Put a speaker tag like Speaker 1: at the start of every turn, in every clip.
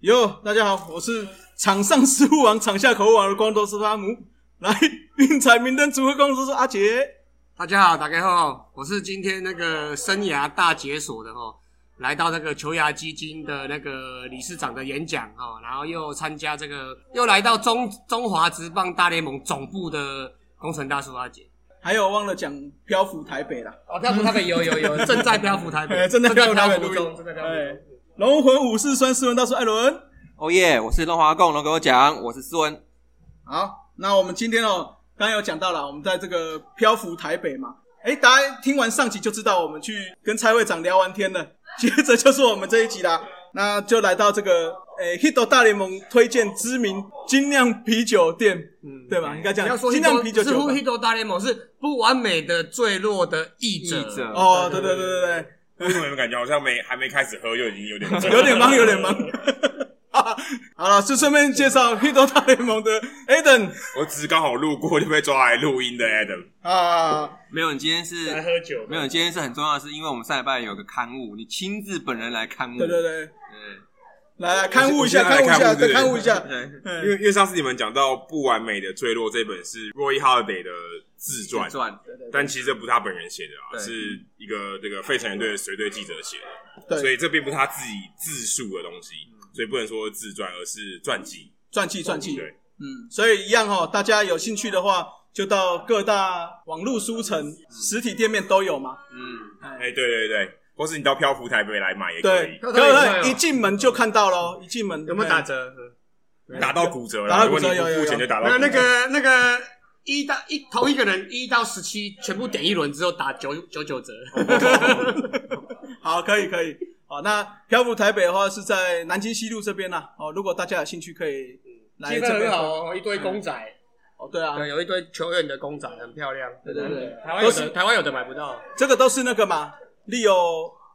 Speaker 1: 哟，大家好，我是场上失误王、场下口误王的光头斯巴姆，来运彩明灯组合公司是阿杰。
Speaker 2: 大家好，打开后，我是今天那个生涯大解锁的哦，来到那个球牙基金的那个理事长的演讲哦，然后又参加这个，又来到中中华职棒大联盟总部的工程大叔阿姐。
Speaker 1: 还有忘了讲漂浮台北啦，
Speaker 2: 哦，漂浮台北有 有有，正在漂浮台北，
Speaker 1: 哎正在漂浮台北
Speaker 2: 正在
Speaker 1: 录音
Speaker 2: 漂浮中，正在漂浮
Speaker 1: 哎
Speaker 2: 中。
Speaker 1: 龙魂武士酸斯文大叔艾伦。
Speaker 3: 哦耶！我是龙华共，龙给我讲，我是思文。
Speaker 1: 好，那我们今天哦，刚刚有讲到了，我们在这个漂浮台北嘛，哎，大家听完上集就知道，我们去跟蔡会长聊完天了， 接着就是我们这一集啦，那就来到这个诶 Hito 大联盟推荐知名精酿啤酒店，
Speaker 2: 嗯
Speaker 1: 对吧？应该这
Speaker 2: 不
Speaker 1: 样
Speaker 2: 要，说
Speaker 1: 精酿啤酒
Speaker 2: 是
Speaker 1: 酒
Speaker 2: 乎
Speaker 1: 吧
Speaker 2: h i t 大联盟是不完美的坠落的译者，
Speaker 3: 译者
Speaker 1: 哦，对对对对对。
Speaker 4: 为什么你们感觉好像没还没开始喝就已经有点
Speaker 1: 有点忙，有点忙。好了，就顺便介绍《黑头大联盟》的 Aden
Speaker 4: 我只是刚好路过就被抓来录音的 Adam，
Speaker 1: 啊，
Speaker 3: 没有，你今天
Speaker 2: 来
Speaker 3: 是
Speaker 2: 喝酒，
Speaker 3: 没有，你今天是很重要的是，因为我们上礼拜有个刊物，你亲自本人来刊物。
Speaker 1: 对对对，
Speaker 3: 对
Speaker 1: 来来看护一下，
Speaker 4: 我现
Speaker 1: 看
Speaker 4: 在
Speaker 1: 护一下，
Speaker 4: 来看护
Speaker 1: 再
Speaker 4: 对
Speaker 1: 看护一下。
Speaker 3: 对，
Speaker 1: 嗯
Speaker 4: 因为因为上次你们讲到《不完美的坠落》这本是 Roy Holiday 的自传，
Speaker 3: 转
Speaker 4: 但其实这不是他本人写的啊，
Speaker 3: 对
Speaker 4: 是一个这个费城人队的随队记者写的，所
Speaker 1: 对，嗯
Speaker 4: 以这并不是他自己自述的东西，所以不能说自传，而是传记。
Speaker 1: 转气转气。
Speaker 4: 对，
Speaker 1: 嗯，所以一样哦，大家有兴趣的话，就到各大网络书城、实体店面都有嘛。
Speaker 3: 嗯，
Speaker 4: 哎、对对对，或是你到漂浮台北来买也可
Speaker 1: 对，
Speaker 4: 以，
Speaker 1: 可
Speaker 2: 有有有有
Speaker 1: 以一进门就看到喽，一进门
Speaker 2: 有没有打？折？嗯
Speaker 4: 打到骨折
Speaker 1: 打
Speaker 4: 了，
Speaker 1: 到
Speaker 4: 如
Speaker 1: 骨
Speaker 4: 果你
Speaker 1: 折
Speaker 4: 不
Speaker 1: 有有
Speaker 4: 付钱
Speaker 1: 有
Speaker 4: 就打到
Speaker 2: 那
Speaker 4: 骨折
Speaker 2: 那个那个一到一同一个人一到十七全部点一轮之后打九九九折，哦
Speaker 1: 好，可以可以。好，那漂浮台北的话是在南京西路这边啦。哦，如果大家有兴趣，可以来
Speaker 2: 气
Speaker 1: 这
Speaker 2: 氛
Speaker 1: 边
Speaker 2: 很
Speaker 1: 喝。
Speaker 2: 好哦，一堆公仔，
Speaker 1: 哦，对啊，
Speaker 2: 对，有一堆球员的公仔很漂亮，
Speaker 1: 对对对
Speaker 2: 台湾有
Speaker 1: 都
Speaker 2: 的
Speaker 1: 是
Speaker 2: 台湾有的买不到，
Speaker 1: 这个都是那个嘛，利友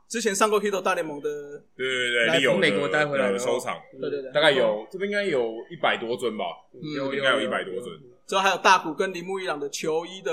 Speaker 1: 之前上过 Hito 大联盟的，
Speaker 4: 对对对
Speaker 2: 来
Speaker 4: 对，你有
Speaker 2: 从美国带回来的
Speaker 4: 的收藏，
Speaker 1: 对对对，
Speaker 4: 大概有这边应该有一百多尊吧，
Speaker 2: 有
Speaker 4: 应该有100多尊，
Speaker 1: 之后还有大谷跟铃木一朗的球衣的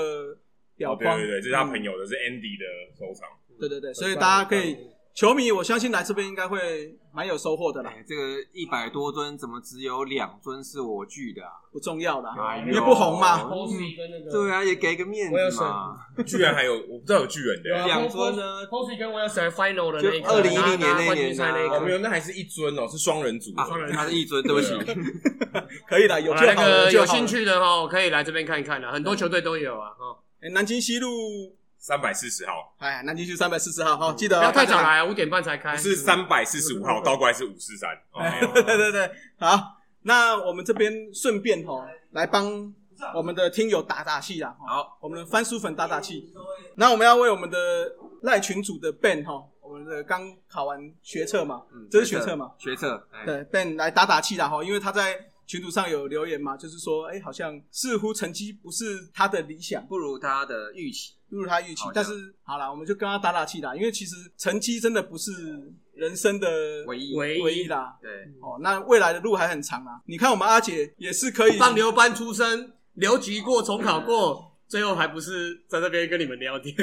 Speaker 1: 表
Speaker 4: 哦，对
Speaker 1: 框，嗯
Speaker 4: 对对，这是他朋友的，是 Andy 的收藏。
Speaker 1: 对对对，所以大家可以球迷，我相信来这边应该会蛮有收获的啦，
Speaker 3: 哎，这个一百多尊怎么只有两尊是我拒的啊？
Speaker 1: 不重要啦，
Speaker 2: 嗯
Speaker 3: 哎呦
Speaker 1: 因为不红嘛
Speaker 2: ，Posey 跟那个
Speaker 3: 对啊，也给个面子嘛。
Speaker 4: 居然还有，我不知道有巨人的、欸。
Speaker 3: 两尊呢
Speaker 2: ，Posey 跟 Wilson final 的那一
Speaker 3: 就
Speaker 2: 个，
Speaker 3: 2010年
Speaker 2: 拿拿
Speaker 3: 那一
Speaker 2: 冠军
Speaker 3: 年
Speaker 2: 赛
Speaker 3: 啊
Speaker 2: 那一
Speaker 4: 哦，没
Speaker 2: 个，
Speaker 4: 有，那还是一尊哦，是双人组的。
Speaker 3: 啊，他是一尊，对不起。
Speaker 1: 可以啦，有
Speaker 2: 好啦
Speaker 1: 就
Speaker 2: 啊那
Speaker 1: 好，
Speaker 2: 个
Speaker 1: 就
Speaker 2: 有
Speaker 1: 好
Speaker 2: 兴。趣的哈，可以来这边看一看啦，很多球队都有啊，哈，
Speaker 1: 哎南京西路，
Speaker 4: 三百四十号，
Speaker 1: 哎，南京西路三百四十号，哈，记得
Speaker 2: 不
Speaker 1: 哦
Speaker 2: 要太早。
Speaker 1: 大家
Speaker 2: 来，啊五点半才开，
Speaker 4: 是三百四十五号，倒过来是五四三。哦没有
Speaker 1: 对对对，好，那我们这边顺便吼来帮我们的听友打打气啦。齁
Speaker 3: 好，
Speaker 1: 我们的番薯粉打打气。那我们要为我们的赖群主的 Ben 哈，我们的刚考完学测嘛，
Speaker 3: 嗯
Speaker 1: 这是学测嘛？
Speaker 3: 学测，哎
Speaker 1: 对 Ben 来打打气啦哈，因为他在群组上有留言嘛，就是说，哎、好像似乎成绩不是他的理想。
Speaker 3: 不如他的预期。
Speaker 1: 不如他预期
Speaker 3: 好，
Speaker 1: 但是好啦，我们就跟他打打气啦，因为其实成绩真的不是人生的
Speaker 3: 唯一
Speaker 2: 唯一
Speaker 1: 唯一啦，
Speaker 3: 对，
Speaker 1: 哦，那未来的路还很长啊！你看我们阿姐也是可以，
Speaker 2: 放牛班出身，留级过，重考过，最后还不是在这边跟你们聊天。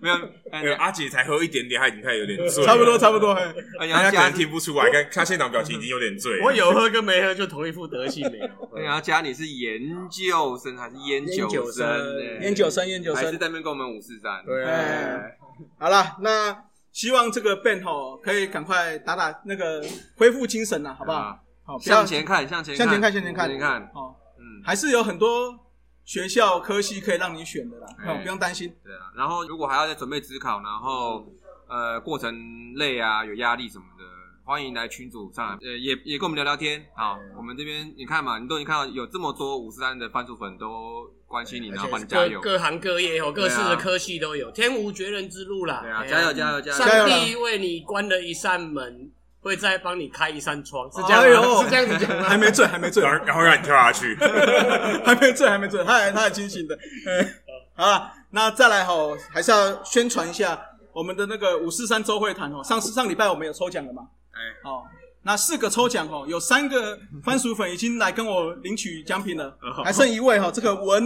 Speaker 3: 没有，哎
Speaker 4: 没有，阿姐才喝一点点，她已经开始有点醉了。
Speaker 1: 差不多差不多，嘿
Speaker 3: 哎
Speaker 4: 大家
Speaker 3: 呀，
Speaker 4: 可能听不出来，看她现场表情已经有点醉了。
Speaker 2: 我有喝跟没喝就同一副德性没有。
Speaker 3: 对啊，加你是研究生还是研究生
Speaker 2: 对？
Speaker 1: 研究生研究
Speaker 3: 还是
Speaker 1: 生，
Speaker 3: 在那边跟我们五四三？
Speaker 2: 对啊
Speaker 3: 哎
Speaker 1: 好啦，那希望这个 Ben 吼可以赶快打打那个恢复精神啦，好不
Speaker 2: 啊
Speaker 1: 好？？好，不要
Speaker 3: 啊向前看，向前看，
Speaker 1: 向前看，向前看，
Speaker 3: 向前看。
Speaker 1: 哦，
Speaker 3: 嗯，
Speaker 1: 还是有很多学校科系可以让你选的啦，
Speaker 3: 哎
Speaker 1: 哦，不用担心。
Speaker 3: 对啊。然后如果还要再准备职考，然后呃过程累啊，有压力什么的，欢迎来群组上来，呃也也跟我们聊聊天。好，
Speaker 1: 嗯
Speaker 3: 我们这边你看嘛，你都已经看到有这么多五四三的番薯粉都关心你，然后帮你加
Speaker 2: 各
Speaker 3: 油。
Speaker 2: 各行各业有各式
Speaker 3: 对
Speaker 2: 的
Speaker 3: 啊
Speaker 2: 科系都有，天无绝人之路啦。
Speaker 3: 对啊，
Speaker 2: 哎呀
Speaker 3: 加油加油加油！
Speaker 1: 加油
Speaker 2: 上帝为你关了一扇门，会再帮你开一扇窗，是这
Speaker 1: 哎
Speaker 2: 样
Speaker 1: 呦
Speaker 2: 吗？是这样子讲吗？哦
Speaker 1: 还没醉，还没醉，
Speaker 4: 然后然后让你跳下去。
Speaker 1: 还没醉，还没醉，他还他还清醒的。 哎好啦，那再来吼，还是要宣传一下我们的那个五四三周会谈哦。上次上礼拜我们有抽奖了嘛？哎，哦，那四个抽奖哦，有三个番薯粉已经来跟我领取奖品了，还剩一位哈，这个文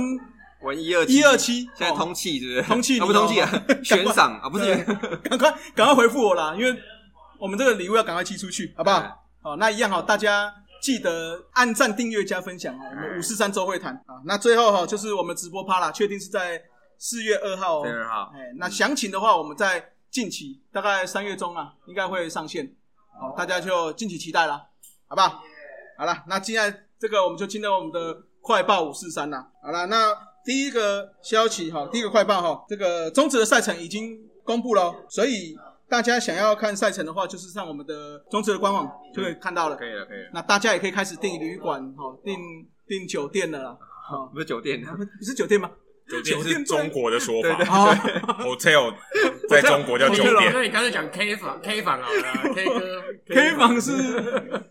Speaker 3: 文一二
Speaker 1: 一二，七，
Speaker 3: 现在通气是不是？
Speaker 1: 通气
Speaker 3: 啊不通气啊
Speaker 1: 你知？
Speaker 3: 悬 赏啊不是？
Speaker 1: 对赶快赶快回复我啦，因为我们这个礼物要赶快寄出去，好不好？好，那一样好，大家记得按赞、订阅、加分享哦。我们五四三周会谈啊，那最后哈就是我们直播趴啦，确定是在四月二号哦
Speaker 3: 四。月二号，
Speaker 1: 哎，那详情的话，我们在近期大概三月中啊，应该会上线，好，大家就敬请期待啦，好不好？好了，那接下来这个我们就进到我们的快报五四三啦。好了，那第一个消息哈，第一个快报哈，这个中职的赛程已经公布了哦，所以大家想要看赛程的话，就是上我们的中职的官网就可以看到了
Speaker 3: 可。以了，可以了，
Speaker 1: 那大家也可以开始订旅馆哈，订订酒店了啦。哦，
Speaker 3: 不是酒店，
Speaker 1: 不是酒店吗？
Speaker 4: 酒
Speaker 1: 酒
Speaker 4: 店
Speaker 1: 店
Speaker 4: 是中国的说
Speaker 3: 对对
Speaker 4: 法
Speaker 1: 哦，
Speaker 4: ，hotel 在中国叫酒
Speaker 2: 我知道
Speaker 4: 店。
Speaker 2: 那你干脆讲 K 房，K 房好了啦，K 哥
Speaker 1: K 房是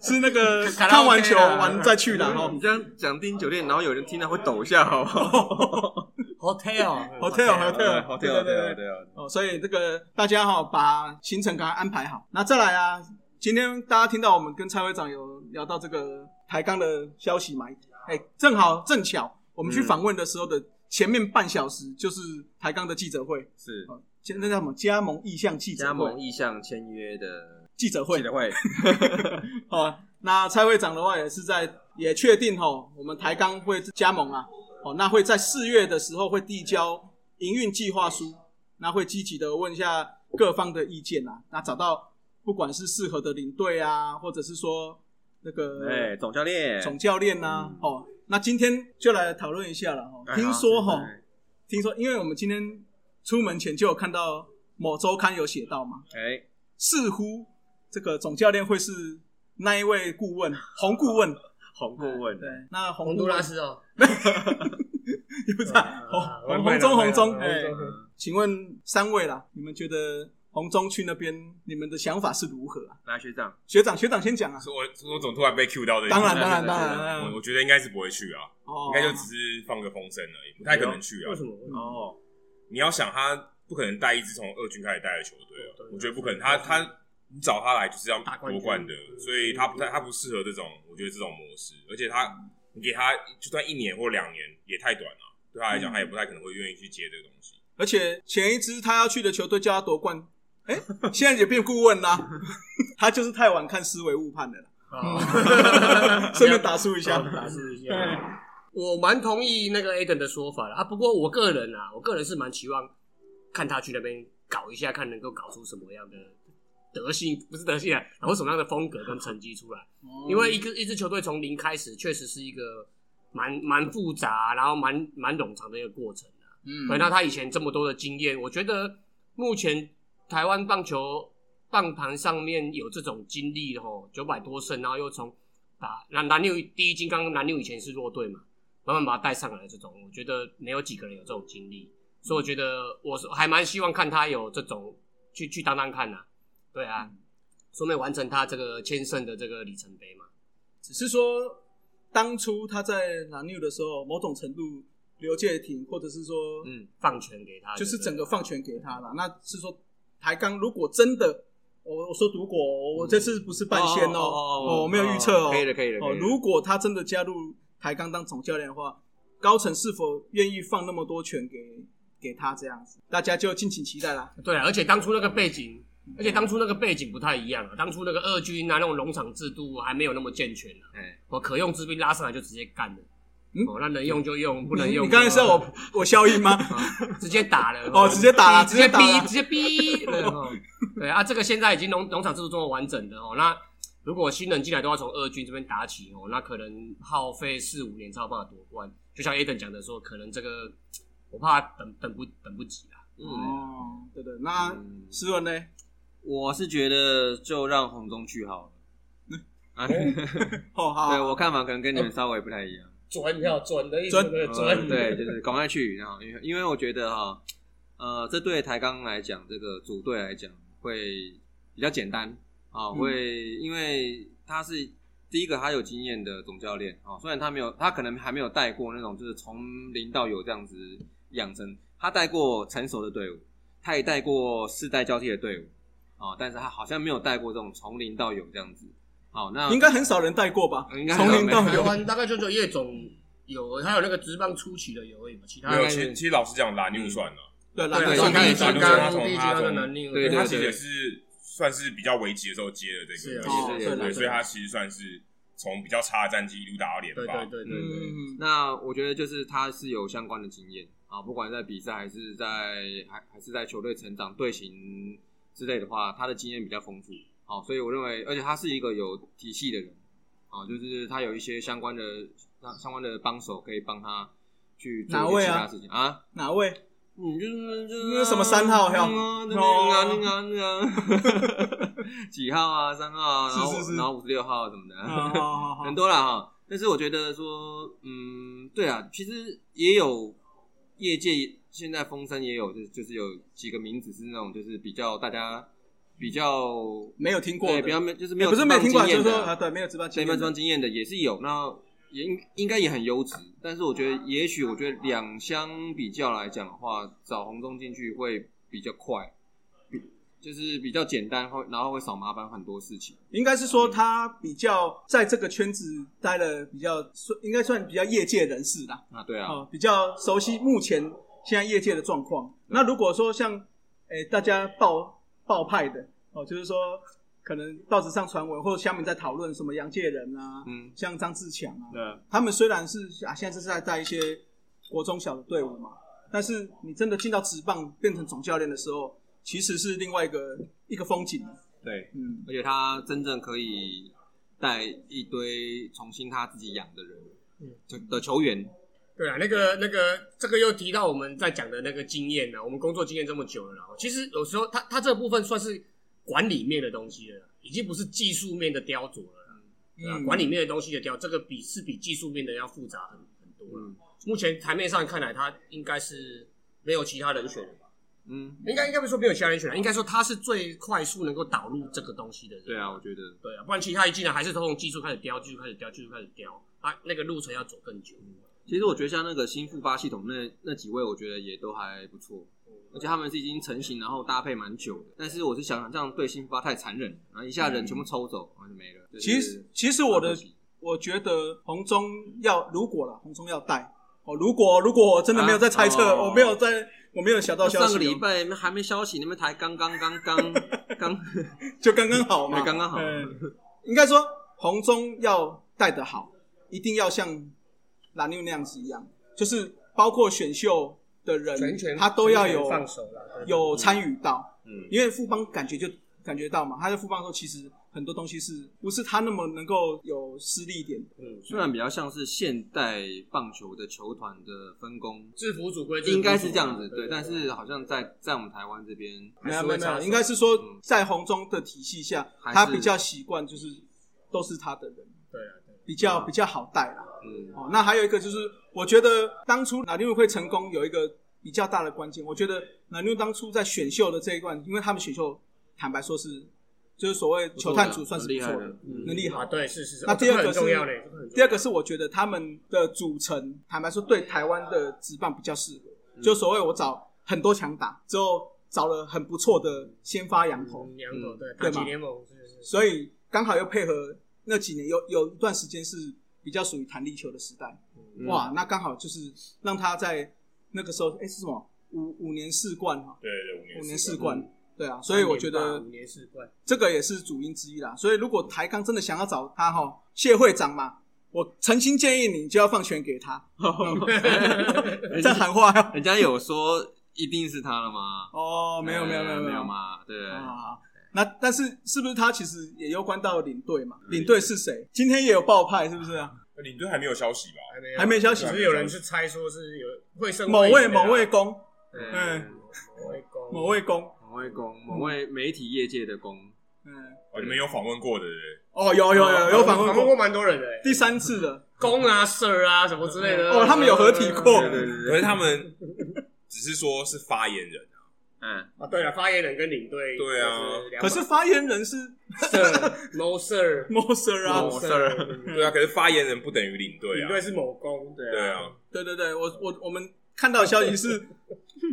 Speaker 1: 是那个
Speaker 2: 卡拉
Speaker 1: 看
Speaker 2: OK
Speaker 1: 完球
Speaker 2: 啦
Speaker 1: 完再去的哈
Speaker 3: 你。这样讲订酒店，然后有人听到会抖一下，好不好？
Speaker 2: hotel
Speaker 1: Hotel Hotel
Speaker 3: 好
Speaker 1: 对对
Speaker 3: 对对
Speaker 1: 对
Speaker 3: 对对。
Speaker 1: 哦，所以这个大家哈、把行程给它安排好。那再来啊，今天大家听到我们跟蔡会长有聊到这个台钢的消息嘛？哎，正好正巧我们去
Speaker 3: 嗯
Speaker 1: 访问的时候的前面半小时就是台钢的记者会，
Speaker 3: 是
Speaker 1: 现那叫什么加盟意向记者
Speaker 3: 加
Speaker 1: 会
Speaker 3: 盟意向签约的
Speaker 1: 记者会
Speaker 3: 记者会，
Speaker 1: 哦，那蔡会长的话也是在也确定吼，我们台钢会加盟啊，哦，那会在四月的时候会递交营运计划书，那会积极的问一下各方的意见啊，那找到不管是适合的领队啊，或者是说那
Speaker 3: 哎，
Speaker 1: 个
Speaker 3: 总教练，
Speaker 1: 总教练呐、啊，哦，那今天就来讨论一下了哦
Speaker 3: 哎，
Speaker 1: 听
Speaker 3: 好
Speaker 1: 说哈，
Speaker 3: 哎
Speaker 1: 听说因为我们今天出门前就有看到某周刊有写到嘛，
Speaker 3: 哎，
Speaker 1: 似乎这个总教练会是那一位顾问红顾问，
Speaker 3: 红顾问
Speaker 1: 对，那红
Speaker 2: 洪
Speaker 1: 顾
Speaker 2: 都
Speaker 1: 问
Speaker 2: 拉斯哦，
Speaker 1: 不是啊
Speaker 2: 啊
Speaker 1: 红
Speaker 2: 会
Speaker 1: 红
Speaker 2: 了
Speaker 1: 中
Speaker 2: 会
Speaker 1: 红
Speaker 2: 了
Speaker 1: 中，
Speaker 2: 会
Speaker 1: 哎
Speaker 2: 了，
Speaker 1: 请问三位啦，你们觉得红中区那边你们的想法是如何啊？
Speaker 3: 来学长，
Speaker 1: 学长学长先讲啊，
Speaker 4: 我我怎么突然被 Q 到这里？
Speaker 1: 当然当然
Speaker 3: 对对对
Speaker 1: 当然，
Speaker 3: 对
Speaker 1: 当然
Speaker 4: 我我觉得应该是不会去啊，
Speaker 1: 哦
Speaker 4: 应该就只是放个风声而已，不太可能去啊
Speaker 2: 为。什么？
Speaker 3: 哦，
Speaker 4: 你要想他不可能带一支从二军开始带的球队啊
Speaker 2: 对，
Speaker 4: 我觉得不可能。他他你找他来就是要
Speaker 2: 打冠
Speaker 4: 夺
Speaker 2: 军
Speaker 4: 冠的，所以他不太他不适合这种，我觉得这种模式。而且他你给他就算一年或两年也太短了，对他来讲
Speaker 1: 嗯
Speaker 4: 他也不太可能会愿意去接这个东西。
Speaker 1: 而且前一支他要去的球队叫他夺冠，哎，现在也变顾问啦， 他就是太晚看思维误判了啦，
Speaker 2: 哦
Speaker 1: 顺便打输一
Speaker 2: 一下
Speaker 1: 下，
Speaker 2: 打字一下。我蛮同意那个 Aden 的说法啦，啊，不过我个人啊，我个人是蛮期望看他去那边搞一下，看能够搞出什么样的德性，不是德性啊，搞出什么样的风格跟成绩出来。因为一个一支球队从零开始，确实是一个蛮蛮复杂，然后蛮蛮冗长的一个过程啊。
Speaker 1: 嗯
Speaker 2: 对，那他以前这么多的经验，我觉得目前台湾棒球棒盘上面有这种经历吼，九百多胜，然后又从打那南六第一金刚南六以前是弱队嘛，慢慢把他带上来，这种我觉得没有几个人有这种经历，所以我觉得我是还蛮希望看他有这种去去当当看呐、对啊，
Speaker 1: 嗯
Speaker 2: 顺便完成他这个千胜的这个里程碑嘛。
Speaker 1: 只是说当初他在拿 new 的时候，某种程度刘介廷或者是说，
Speaker 3: 嗯，
Speaker 2: 放权给他，
Speaker 1: 就是
Speaker 2: 对不对
Speaker 1: 整个放权给他了。那是说台钢如果真的，我我说如果我我这次不是半仙哦，
Speaker 3: 哦哦哦哦
Speaker 1: 哦我没有预测哦，
Speaker 3: 可以的，可以的，可
Speaker 1: 哦，
Speaker 3: 以的
Speaker 1: 如果他真的加入台钢当总教练的话，高层是否愿意放那么多权给给他这样子？大家就敬请期待啦。
Speaker 2: 对啊，而且当初那个背景，
Speaker 1: 嗯
Speaker 2: 而且当初那个背景不太一样啊。当初那个二军啊，那种农场制度还没有那么健全啊。
Speaker 3: 哎，
Speaker 2: 我可用之兵拉上来就直接干了，
Speaker 1: 嗯
Speaker 2: 哦，那能用就用，不能
Speaker 1: 你
Speaker 2: 用
Speaker 1: 你刚才是要我我消音吗？
Speaker 2: 啊直接打了
Speaker 1: 哦直接打了
Speaker 2: 直接
Speaker 1: 直接打
Speaker 2: 逼，
Speaker 1: 了
Speaker 2: 直接逼。对哦对啊，这个现在已经农农场制度这么完整的哦，那如果新人进来都要从二军这边打起哦，那可能耗费四五年才有办法夺冠。就像 Aden 讲的说，可能这个我怕等等不等不及啊啦。
Speaker 3: 嗯，
Speaker 1: 哦，对对，那
Speaker 3: 嗯
Speaker 1: 诗文呢？
Speaker 3: 我是觉得就让红中去好了。啊，
Speaker 1: 哦，好，
Speaker 3: 对我看法可能跟你们稍微不太一样。
Speaker 2: 准票准的意
Speaker 1: 准呃
Speaker 3: 嗯对，就是赶快去，然后因为因为我觉得哈，呃，这对台钢来讲，这个组队来讲会比较简单啊，
Speaker 1: 嗯
Speaker 3: 会因为他是第一个他有经验的总教练啊，虽然他没有，他可能还没有带过那种就是从零到有这样子养成，他带过成熟的队伍，他也带过世代交替的队伍啊，但是他好像没有带过这种从零到有这样子。好，那
Speaker 1: 应该很少人带过吧？
Speaker 3: 啊应该
Speaker 1: 从零到
Speaker 3: 没
Speaker 2: 台
Speaker 1: 有，
Speaker 2: 湾大概就只有叶总有，还有那个职棒初期的有而已嘛，其他
Speaker 4: 没有，
Speaker 2: 的
Speaker 4: 其实其实老实讲，拉妞算了，
Speaker 1: 对，
Speaker 2: 对
Speaker 1: 篮
Speaker 3: 对啊
Speaker 1: 球
Speaker 2: 从
Speaker 3: 应该
Speaker 2: 第
Speaker 1: 也
Speaker 2: 一
Speaker 3: 是
Speaker 1: 打
Speaker 2: 金
Speaker 1: 不
Speaker 4: 篮
Speaker 1: 出来
Speaker 2: 刚
Speaker 4: 球他从
Speaker 2: 第一金刚的能力，
Speaker 4: 因为
Speaker 3: 对
Speaker 4: 他其实也是算是比较危急的时候接了这个，
Speaker 1: 是啊
Speaker 2: 哦
Speaker 3: 对对
Speaker 4: 对，
Speaker 1: 对
Speaker 4: 所以他其实算是从比较差的战绩一路打到联
Speaker 2: 对
Speaker 4: 霸
Speaker 2: 对。对对对，
Speaker 1: 嗯，
Speaker 3: 那我觉得就是他是有相关的经验啊，不管在比赛还是在还还是在球队成长、队形之类的话，他的经验比较丰富。好、所以我认为，而且他是一个有体系的人，啊，就是他有一些相关的相相关的帮手可以帮他去做
Speaker 1: 哪
Speaker 3: 一
Speaker 1: 位
Speaker 3: 些其
Speaker 1: 啊
Speaker 3: 他事情啊。
Speaker 1: 哪位？
Speaker 3: 嗯，就是
Speaker 1: 那什么三号哦呀
Speaker 3: 嗯啊那个啊那个啊那个 啊几号啊，三号啊，然后
Speaker 1: 是是是嗯
Speaker 3: 然后五十六号什么的，
Speaker 1: 啊好好好
Speaker 3: 很，多啦哈。但是我觉得说，嗯，对啊，其实也有业界现在风声也有，就是就是有几个名字是那种就是比较大家比较
Speaker 1: 没有听过
Speaker 3: 对
Speaker 1: 的，
Speaker 3: 比较没嗯就是没
Speaker 1: 也
Speaker 3: 有
Speaker 1: 不是没听过，
Speaker 3: 职棒
Speaker 1: 就
Speaker 3: 经
Speaker 1: 是
Speaker 3: 验
Speaker 1: 说
Speaker 3: 的
Speaker 1: 啊，对，没有职棒经
Speaker 3: 前半
Speaker 1: 验
Speaker 3: 装
Speaker 1: 的，
Speaker 3: 经验的也是有，那也应应该也很优质，但是我觉得也许我觉得两相比较来讲的话，找红中进去会比较快，比就是比较简单，会然后会少麻烦很多事情。
Speaker 1: 应该是说他比较在这个圈子待了比较，算应该算比较业界人士啦。
Speaker 3: 啊，对啊，
Speaker 1: 啊、比较熟悉目前现在业界的状况。那如果说像诶、大家报报派的哦，就是说可能报纸上传闻或者下面在讨论什么杨介仁啊，
Speaker 3: 嗯，
Speaker 1: 像张志强啊，
Speaker 3: 对啊，
Speaker 1: 他们虽然是啊现在是在带一些国中小的队伍嘛，但是你真的进到职棒变成总教练的时候，其实是另外一个一个风景。
Speaker 3: 对，
Speaker 1: 嗯，
Speaker 3: 而且他真正可以带一堆重新他自己养的人，
Speaker 2: 嗯
Speaker 3: 就的球员，
Speaker 2: 对啊，那个那个，这个又提到我们在讲的那个经验啊了。我们工作经验这么久了啦，其实有时候他他这部分算是管理面的东西了啦，已经不是技术面的雕琢了啦。
Speaker 1: 嗯
Speaker 2: 对
Speaker 3: 嗯
Speaker 2: 啊，管理面的东西的雕，这个比是比技术面的要复杂很很多了。
Speaker 3: 嗯
Speaker 2: 目前台面上看来，他应该是没有其他人选了吧？
Speaker 3: 嗯，
Speaker 2: 应该应该不是说没有其他人选了，应该说他是最快速能够导入这个东西的人。
Speaker 3: 对啊，我觉得
Speaker 2: 对啊，不然其他一进来还是从技术开始雕，技术开始雕，技术开始雕，他那个路程要走更久。
Speaker 3: 其实我觉得像那个新复发系统那那几位，我觉得也都还不错，而且他们是已经成型，然后搭配蛮久的。但是我是想想，这样对新复发太残忍了，然后一下人全部抽走，然后就没了。就是
Speaker 1: 其实其实我的
Speaker 3: 蛮可惜
Speaker 1: 我觉得红中要如果啦，红中要带哦。如果如果我真的没有在猜测，
Speaker 3: 啊哦
Speaker 1: 我没有在，我没有想到消息哦、
Speaker 3: 上个礼拜还没消息，你们台刚刚刚刚刚
Speaker 1: 就刚刚好嘛，
Speaker 3: 对刚刚好
Speaker 1: 嗯应该说红中要带得好，一定要像蓝妞那样子一样，就是包括选秀的人，他都要有
Speaker 2: 手了
Speaker 1: 有参与到，
Speaker 3: 嗯
Speaker 1: 因为富邦感觉就感觉到嘛，他在富邦的时候其实很多东西是不是他那么能够有失力点，
Speaker 2: 嗯
Speaker 3: 虽然比较像是现代棒球的球团的分工，
Speaker 2: 制服组规
Speaker 3: 应该是这样子，对。但是好像在在我们台湾这边，
Speaker 1: 没
Speaker 2: 还
Speaker 1: 有没
Speaker 2: 是会
Speaker 1: 有没
Speaker 2: 插
Speaker 1: 有，
Speaker 2: 手嗯
Speaker 1: 应该是说
Speaker 3: 嗯
Speaker 1: 在红中的体系下，
Speaker 3: 还是
Speaker 1: 他比较习惯就是都是他的人，
Speaker 2: 对啊对
Speaker 1: 比较
Speaker 3: 嗯
Speaker 1: 比较好带啦。
Speaker 3: 嗯，
Speaker 1: 哦，那还有一个就是，我觉得当初哪六会成功有一个比较大的关键，我觉得哪六当初在选秀的这一段，因为他们选秀坦白说是就是所谓球探组算是不
Speaker 3: 厉
Speaker 1: 错
Speaker 3: 害
Speaker 1: 的
Speaker 3: 的，，嗯
Speaker 1: 能力
Speaker 2: 啊
Speaker 1: 好。
Speaker 2: 对是是是，
Speaker 1: 那
Speaker 2: 哦
Speaker 1: 第二
Speaker 2: 这
Speaker 1: 个
Speaker 2: 很
Speaker 1: 是
Speaker 2: 重要嘞，这个很重要
Speaker 1: 第二个是我觉得他们的组成，坦白说对台湾的职棒比较适合，
Speaker 3: 嗯
Speaker 1: 就所谓我找很多强打之后找了很不错的先发羊头，
Speaker 2: 嗯两头
Speaker 3: 嗯
Speaker 2: 对
Speaker 1: 对
Speaker 2: 打
Speaker 1: 嘛
Speaker 2: 击联盟是是是，
Speaker 1: 所以刚好又配合那几年有有一段时间是比较属于弹力球的时代，
Speaker 3: 嗯
Speaker 1: 哇，那刚好就是让他在那个时候，哎、是什么五五年四冠哈，
Speaker 4: 对对对，
Speaker 1: 五
Speaker 4: 五
Speaker 1: 年
Speaker 4: 年
Speaker 1: 四
Speaker 4: 四
Speaker 1: 冠，
Speaker 3: 嗯
Speaker 1: 对啊，所以我觉
Speaker 2: 三年
Speaker 1: 得
Speaker 2: 吧五年四 冠，
Speaker 1: 这个也是主因之一啦。所以如果台钢真的想要找他哈，谢会长嘛，我诚心建议你就要放权给他，在喊话哟。
Speaker 3: 人家有说一定是他了吗？
Speaker 1: 哦，没有没有没有
Speaker 3: 呃没
Speaker 1: 没有
Speaker 3: 有嘛，对，
Speaker 1: 啊。那但是是不是他其实也攸关到领队嘛？领队是谁？今天也有爆派是不是啊？
Speaker 4: 领队还没有消息吧？
Speaker 2: 还没有
Speaker 1: 还没消息
Speaker 2: 只是有人是猜说是有会胜
Speaker 1: 某位
Speaker 2: 位
Speaker 1: 啊某位公，
Speaker 3: 对
Speaker 1: 嗯，
Speaker 2: 某位攻
Speaker 1: 某位公，
Speaker 3: 某位公，某位媒体业界的公，
Speaker 1: 嗯，
Speaker 4: 哦，你们有访问过的，对不对
Speaker 1: 哦，有有有有访问
Speaker 2: 过
Speaker 1: 过
Speaker 2: 蛮多人的欸，
Speaker 1: 第三次的，
Speaker 2: 攻啊 Sir 啊什么之类的，
Speaker 1: 哦他们有合体过
Speaker 3: 对对对
Speaker 4: 可是
Speaker 3: 对，
Speaker 4: 他们只是说是发言人啊，
Speaker 3: 嗯，
Speaker 2: 啊，对了，发言人跟领队
Speaker 4: 对啊
Speaker 2: 就是两
Speaker 1: 可
Speaker 2: 码
Speaker 1: 是发言人是
Speaker 2: Sir No Sir
Speaker 1: Moser 啊，
Speaker 2: No Sir，
Speaker 4: 对啊，可是发言人不等于领队
Speaker 2: 嗯领
Speaker 4: 啊，
Speaker 2: 队是某攻，对
Speaker 4: 对啊，
Speaker 1: 对对对，我我我们看到的消息是，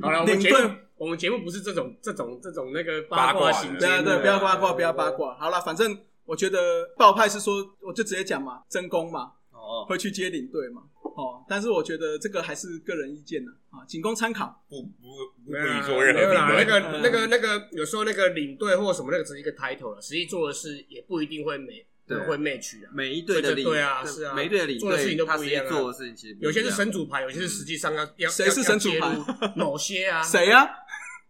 Speaker 2: 好了，我
Speaker 1: 嗯
Speaker 2: 们
Speaker 1: 领
Speaker 2: 节
Speaker 1: 队
Speaker 2: 目我们节目不是这种这种这种那个
Speaker 4: 八卦
Speaker 2: 卦
Speaker 4: 的
Speaker 2: 型
Speaker 1: 对啊
Speaker 2: 节目
Speaker 1: 对，
Speaker 2: 啊
Speaker 1: 不要八卦，不要八。卦。好了，反正我觉得爆派是说，我就直接讲嘛，真功嘛，
Speaker 3: 哦，
Speaker 1: 会去接领队嘛。哦，但是我觉得这个还是个人意见呢，啊，仅供参考。
Speaker 4: 不不不不
Speaker 2: 没有
Speaker 4: 予
Speaker 2: 啦
Speaker 4: 做任
Speaker 2: 啊没有啦
Speaker 4: 何
Speaker 2: 那
Speaker 4: 评论。
Speaker 2: 个、那个、那个，有时候那个领队或什么那个只是一个 title 了，实际做的事也不一定会美，
Speaker 3: 对
Speaker 2: 会 match 啊。
Speaker 3: 每一队的领
Speaker 2: 对啊是啊
Speaker 3: 每一队的领
Speaker 2: 做的事情
Speaker 3: 队
Speaker 2: 都
Speaker 3: 他
Speaker 2: 不
Speaker 3: 实
Speaker 2: 一
Speaker 3: 际
Speaker 2: 样啊
Speaker 3: 做的事情其实不一
Speaker 2: 有
Speaker 3: 样
Speaker 2: 些是神主牌，有些是实际上要
Speaker 1: 嗯
Speaker 2: 要
Speaker 1: 谁
Speaker 2: 要
Speaker 1: 是神主牌
Speaker 2: 要介入某些啊？
Speaker 1: 谁呀、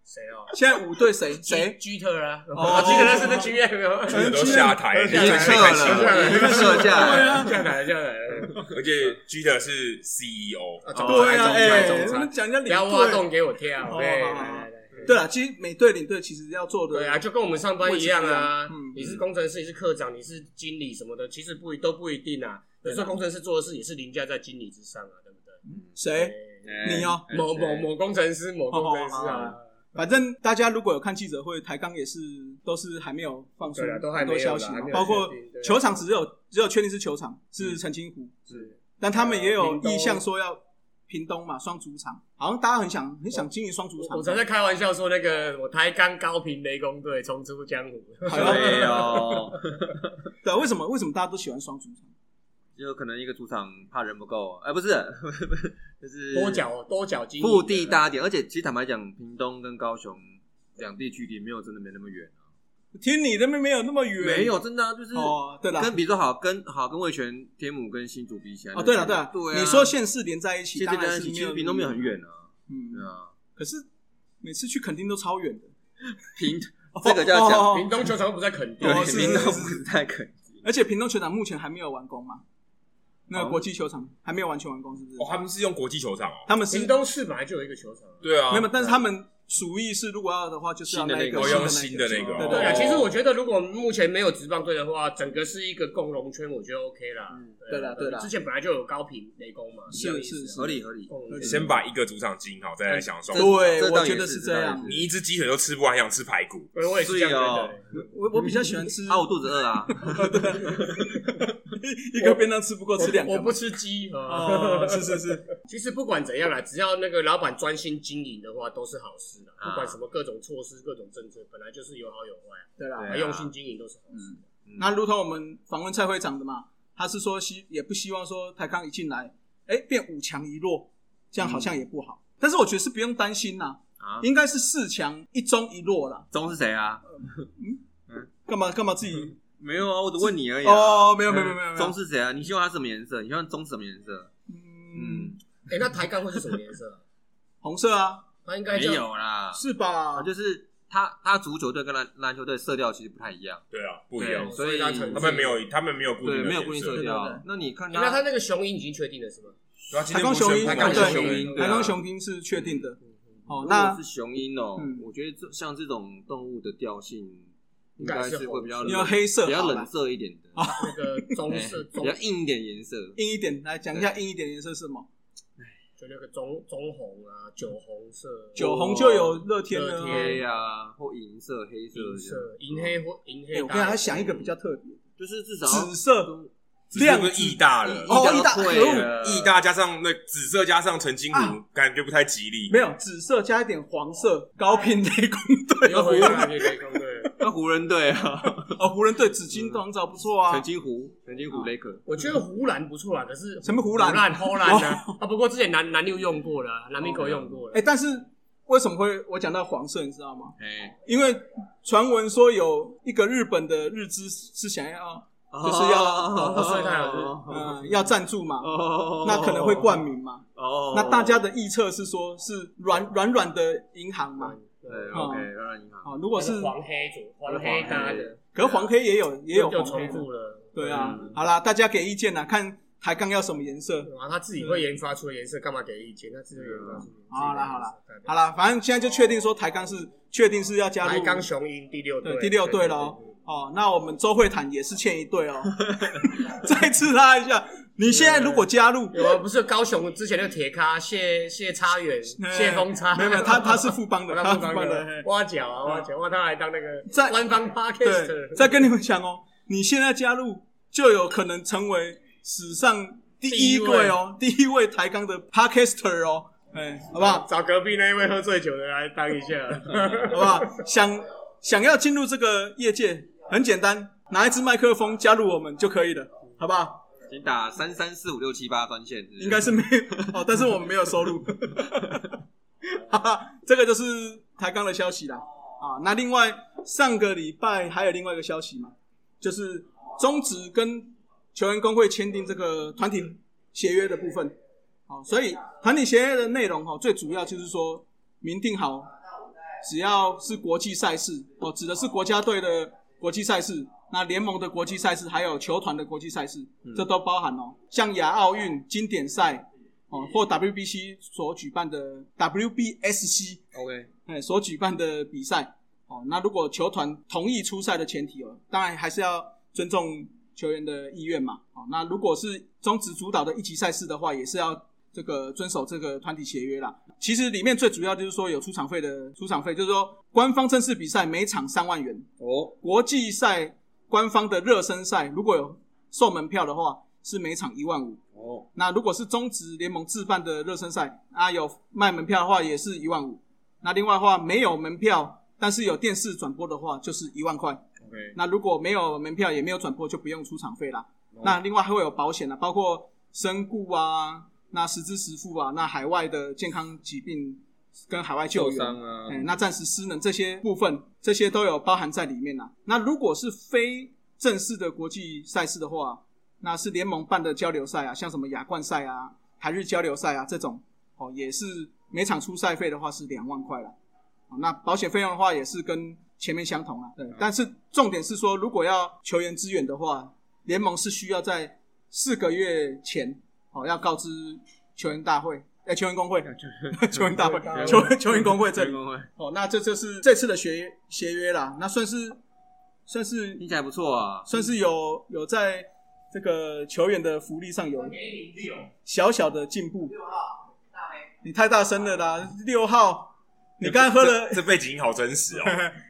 Speaker 2: 谁哦？
Speaker 1: 现在五队谁？谁？
Speaker 2: 基特啊？
Speaker 1: 哦
Speaker 2: 哦，基特那是那经验没有？
Speaker 4: 真的都下
Speaker 1: 哎
Speaker 4: 台，
Speaker 3: 已
Speaker 2: 啊
Speaker 3: 经撤
Speaker 4: 太辛苦
Speaker 2: 下来
Speaker 3: 了，已经撤下来了。
Speaker 2: 下来了下来了，
Speaker 4: 而且 g 的是 E CEO，
Speaker 2: 啊总
Speaker 1: 对
Speaker 2: 裁
Speaker 1: 啊，
Speaker 2: 总
Speaker 1: 哎、
Speaker 2: 裁总
Speaker 1: 我们
Speaker 2: 裁，
Speaker 1: 讲人家
Speaker 2: 不
Speaker 1: 领
Speaker 2: 要挖
Speaker 1: 队。
Speaker 2: 洞给我跳，
Speaker 1: 哦
Speaker 2: 对
Speaker 1: 好好
Speaker 2: 来
Speaker 1: 好
Speaker 2: 来来。
Speaker 1: 对啊了，其实每队领队其实要做的，
Speaker 2: 对啊，就跟我们上班一样啊
Speaker 1: 位置不一样嗯。
Speaker 2: 你是工程师，你是科长，你是经理什么的，其实不一都不一定啊。有时候工程师做的事也是凌驾在经理之上啊，对不对？
Speaker 1: 谁？你哦
Speaker 3: 哎
Speaker 2: 某某，某工程师，某工程师啊，
Speaker 1: 反正大家如果有看记者会，台钢也是都是还没有放出
Speaker 2: 对啊都还
Speaker 1: 很
Speaker 2: 没有
Speaker 1: 多消
Speaker 2: 啦
Speaker 1: 息
Speaker 2: 还
Speaker 1: 嘛
Speaker 2: 没，有
Speaker 1: 包括
Speaker 2: 确定对啊
Speaker 1: 球场只有只有确定是球
Speaker 3: 嗯
Speaker 1: 场是澄清湖，
Speaker 2: 是
Speaker 1: 但他们也
Speaker 3: 啊
Speaker 1: 有
Speaker 2: 屏东
Speaker 1: 意向说要呃屏东嘛双主场，好像大家很想很想经营双主
Speaker 2: 我
Speaker 1: 场
Speaker 2: 我，常在开玩笑说，那个我台钢高频雷公队重出江湖，
Speaker 1: 好像
Speaker 3: 对 哦，
Speaker 1: 对啊，为什么为什么大家都喜欢双主场？
Speaker 3: 有可能一个主场怕人不够，哎，不是， 就是
Speaker 2: 多角多角经营啊
Speaker 3: 腹地大一点，而且其实坦白讲，屏东跟高雄两地距离没有真的没那么远，啊
Speaker 1: 听你那边没有那么远，
Speaker 3: 没有真的啊就是
Speaker 1: 哦，对了，
Speaker 3: 跟比如说好跟好跟魏全、天母跟新竹比起来，
Speaker 1: 哦对了
Speaker 3: 那距
Speaker 1: 对
Speaker 3: 离
Speaker 1: 了，
Speaker 3: 对啊，
Speaker 1: 你说县市连在一起，
Speaker 3: 其实
Speaker 1: 当然是
Speaker 3: 跟其
Speaker 1: 没有
Speaker 3: 实屏东没有很，远啊，
Speaker 1: 嗯
Speaker 3: 对，啊，
Speaker 1: 可是每次去肯定都超远的，
Speaker 3: 屏这个就要讲
Speaker 1: 哦哦哦
Speaker 2: 屏东球场又不在垦丁，
Speaker 1: 哦
Speaker 3: 对啊
Speaker 1: 是
Speaker 3: 屏
Speaker 1: 是
Speaker 3: 东
Speaker 1: 是
Speaker 3: 不是太肯定，
Speaker 1: 而且屏东球场目前还没有完工嘛，那个
Speaker 3: 哦
Speaker 1: 国际球场还没有完全完工，是不是
Speaker 4: 哦，？他们是用国际球场哦。
Speaker 1: 他们是
Speaker 2: 屏东市本来就有一个球场啊。
Speaker 4: 对啊，
Speaker 1: 没有，但是他们鼠疫是如果要的话，就是要
Speaker 3: 新的
Speaker 1: 那一
Speaker 3: 那
Speaker 1: 个
Speaker 3: 个
Speaker 4: 我用
Speaker 1: 新
Speaker 4: 新
Speaker 1: 的
Speaker 4: 的那个哦。
Speaker 1: 对
Speaker 2: 对
Speaker 1: 啊
Speaker 2: 啊，其实我觉得如果目前没有职棒队的话，整个是一个共荣圈，我觉得 OK 啦。啊
Speaker 3: 嗯
Speaker 1: 对啦对啦
Speaker 2: 之前本来就有高频雷公嘛，啊
Speaker 1: 是
Speaker 2: 一样的意思
Speaker 1: 是是
Speaker 3: 合理合理，
Speaker 2: 共荣圈
Speaker 4: 先把一个主场经营好，再来想双
Speaker 3: 这
Speaker 4: 主场。
Speaker 1: 对
Speaker 3: 这
Speaker 1: 我
Speaker 3: 倒
Speaker 1: 觉
Speaker 3: 也
Speaker 1: 得
Speaker 3: 是
Speaker 1: 是
Speaker 3: 这
Speaker 1: 这
Speaker 3: 倒也
Speaker 1: 样
Speaker 3: 是
Speaker 4: 你一只鸡腿都吃不完，还想吃排骨。
Speaker 2: 对我也是这样觉得。
Speaker 1: 我我比较喜欢 吃
Speaker 3: 啊，我肚子饿啊，
Speaker 1: 一个便当吃不够，吃两
Speaker 2: 我
Speaker 1: 个嘛。
Speaker 2: 我不吃鸡啊
Speaker 1: 哦，。 是是是，
Speaker 2: 其实不管怎样啦，只要那个老板专心经营的话，都是好事啦。
Speaker 3: 啊
Speaker 2: 不管什么各种措施、各种政策，本来就是有好有坏啊，
Speaker 1: 对啦。
Speaker 3: 对啊
Speaker 2: 啊用心经营都是好事
Speaker 3: 嗯。
Speaker 1: 那如同我们访问蔡会长的嘛，他是说希也不希望说台康一进来，哎，变五强一弱，这样好像也不好。但是我觉得是不用担心呐，
Speaker 3: 啊，
Speaker 1: 应该是四强一中一弱啦。
Speaker 3: 中是谁啊？
Speaker 1: 干嘛干嘛自己？
Speaker 3: 没有啊，我只问你而已啊。
Speaker 1: 哦，没有没有没有没有没有
Speaker 3: 中。是谁啊？你希望它什么颜色？你希望中是什么颜色？
Speaker 1: 嗯，
Speaker 3: 嗯，
Speaker 2: 哎，那台杠会是什么颜色啊？
Speaker 1: 红色啊，
Speaker 2: 它应该
Speaker 3: 没
Speaker 2: 叫
Speaker 3: 有啦，
Speaker 1: 是吧
Speaker 3: 啊，？就是他他足球队跟篮篮球队色调其实不太一样，
Speaker 4: 对啊，不一
Speaker 3: 对
Speaker 4: 样。
Speaker 3: 所
Speaker 2: 所以
Speaker 3: 以
Speaker 2: 他成
Speaker 4: 他们没有，他们没有固定
Speaker 3: 对
Speaker 4: 的
Speaker 3: 没有固定
Speaker 4: 颜
Speaker 3: 色
Speaker 4: 色。
Speaker 1: 对对
Speaker 3: 调
Speaker 1: 对。
Speaker 3: 那你看
Speaker 2: 哎那他
Speaker 3: 他，
Speaker 2: 那个雄鹰已经确定了是吗？
Speaker 4: 对啊，今
Speaker 1: 台
Speaker 4: 天不
Speaker 1: 钢雄
Speaker 4: 宣
Speaker 1: 鹰
Speaker 4: 布
Speaker 1: 台
Speaker 3: 钢
Speaker 4: 对
Speaker 3: 雄鹰对
Speaker 1: 台
Speaker 3: 啊
Speaker 1: 钢雄鹰是确定的。
Speaker 2: 嗯嗯
Speaker 1: 哦，
Speaker 3: 如
Speaker 1: 那
Speaker 3: 果是雄鹰哦
Speaker 1: 嗯，
Speaker 3: 我觉得这像这种动物的调性应
Speaker 2: 应该
Speaker 3: 该
Speaker 2: 是
Speaker 3: 是会比较
Speaker 1: 你
Speaker 3: 冷
Speaker 1: 要黑色
Speaker 3: 比较
Speaker 1: 好哦
Speaker 3: 冷
Speaker 1: 了，
Speaker 3: 色一点的，
Speaker 2: 那个棕
Speaker 3: 哎
Speaker 2: 色棕
Speaker 3: 比较硬一点颜色。
Speaker 1: 硬一点来讲一下硬一点颜色是什么？
Speaker 2: 就那个棕棕红啊，酒红色、
Speaker 1: 酒红就有乐天了
Speaker 2: 乐
Speaker 1: 哦。
Speaker 2: 天
Speaker 3: 黑啊，或银色、黑色
Speaker 2: 银
Speaker 3: 这
Speaker 2: 色、
Speaker 3: 样，
Speaker 2: 银黑或银黑。
Speaker 1: 哎，我跟他想一个比较特别，
Speaker 3: 就是至少
Speaker 1: 紫色
Speaker 4: 只是不是义大了，
Speaker 1: 哦
Speaker 3: 义
Speaker 1: 义大
Speaker 3: 大都啊退
Speaker 1: 可恶
Speaker 3: 了
Speaker 4: 义大加上那紫色加上澄清湖
Speaker 1: 啊，
Speaker 4: 感觉不太吉利。
Speaker 1: 没有紫色加一点黄色，高频雷公队
Speaker 2: 又回来就可以看对。
Speaker 3: 那湖人队啊，
Speaker 1: 哦，湖人队紫金短找不错啊
Speaker 3: 陈。金湖、陈金湖、雷可，
Speaker 2: 我觉得湖兰不错啦，可 是
Speaker 1: 什么湖兰
Speaker 2: 湖兰、荷兰呢？啊，不过之前南南六用过了，南米口用过
Speaker 1: 哎，
Speaker 2: 了。
Speaker 1: 但是为什么会我讲到黄色，你知道吗？
Speaker 3: 哎，
Speaker 1: 因为传闻说有一个日本的日资是想要就是要
Speaker 2: 哦所以他有
Speaker 1: 嗯要赞助嘛，
Speaker 3: 哦
Speaker 1: 那可能会冠名嘛。
Speaker 3: 哦
Speaker 1: 那大家的臆测是说，是软软软的银行嘛？
Speaker 2: 对
Speaker 3: 对
Speaker 1: 哦
Speaker 3: OK，当然银行
Speaker 1: 啊，如果是，
Speaker 2: 黄黑组，黄黑搭的，
Speaker 1: 可是黄黑也有也有
Speaker 2: 就
Speaker 1: 黄黑
Speaker 2: 重
Speaker 1: 的，
Speaker 2: 复了。
Speaker 1: 对啊
Speaker 3: 嗯。
Speaker 1: 好啦，大家给意见啦，啊看台杠要什么颜色。
Speaker 2: 哇，嗯啊他自己会研发出的颜色，干嘛给意见？他自己研发出的颜色。
Speaker 1: 啊好啦好啦
Speaker 2: 自己的颜色，
Speaker 1: 好啦，反正现在就确定说台杠是确定是要加入
Speaker 2: 白钢雄鹰第六队
Speaker 1: 对，第六队喽。哦，那我们周会谈也是欠一队 哦。再次拉一下，你现在如果加入，
Speaker 2: 有啊，不是高雄之前那个铁咖谢谢 差远、谢风差，
Speaker 1: 哎没有没有，他他是富邦的，他
Speaker 2: 他
Speaker 1: 是富邦的。嘿
Speaker 2: 挖角啊挖角，哇，他来当那个
Speaker 1: 在
Speaker 2: 官方 podcaster，
Speaker 1: 对，再跟你们讲哦，你现在加入就有可能成为史上第一位哦，第一位台钢的 Podcaster 哦，哎，好不好？
Speaker 2: 找隔壁那一位喝醉酒的来当一下，
Speaker 1: 好不好？想想要进入这个业界，很简单，拿一支麦克风加入我们就可以了，好不好？
Speaker 3: 请打三三四五六七八专线，
Speaker 1: 应该是没有哦，但是我们没有收入。 哈哈，这个就是台钢的消息啦。啊，那另外上个礼拜还有另外一个消息嘛，就是中职跟球员工会签订这个团体协约的部分。好，所以团体协约的内容哦，最主要就是说明定好，只要是国际赛事哦，指的是国家队的国际赛事，那联盟的国际赛事，还有球团的国际赛事，这都包含哦，像亚奥运经典赛哦，或 WBC 所举办的 WBSC
Speaker 3: OK，
Speaker 1: 哎所举办的比赛哦。那如果球团同意出赛的前提哦，当然还是要尊重球员的意愿嘛。哦，那如果是中职主导的一级赛事的话，也是要这个遵守这个团体协约啦。其实里面最主要就是说有出场费的出场费，就是说官方正式比赛每场三万元，
Speaker 3: 哦，
Speaker 1: 国际赛官方的热身赛如果有售门票的话，是每场一万五。
Speaker 3: 哦，
Speaker 1: 那如果是中职联盟自办的热身赛，啊有卖门票的话也是一万五。那另外的话没有门票，但是有电视转播的话就是一万块。
Speaker 3: OK
Speaker 1: 那如果没有门票也没有转播，就不用出场费啦。
Speaker 3: 哦
Speaker 1: 那另外还会有保险啊，包括身故啊，那实支实付啊，那海外的健康疾病跟海外救
Speaker 3: 受
Speaker 1: 援
Speaker 3: 伤啊
Speaker 1: 哎、，那暂时失能这些部分，这些都有包含在里面啦。那如果是非正式的国际赛事的话，那是联盟办的交流赛啊，像什么亚冠赛啊、台日交流赛啊这种，哦，也是每场出赛费的话是两万块啦。哦那保险费用的话也是跟前面相同啦。对，但是重点是说，如果要球员支援的话，联盟是需要在四个月前哦要告知球员大会。哎、球员工会， 球员大会，球球员工会这里，
Speaker 3: 工会
Speaker 1: 哦，那这就是这次的协协约啦，那算是算是
Speaker 3: 听起来不错啊，
Speaker 1: 算是有有在这个球员的福利上有小小的进步。你太大声了啦，六号，你刚刚喝了
Speaker 4: 这，这背景音好 真实哦。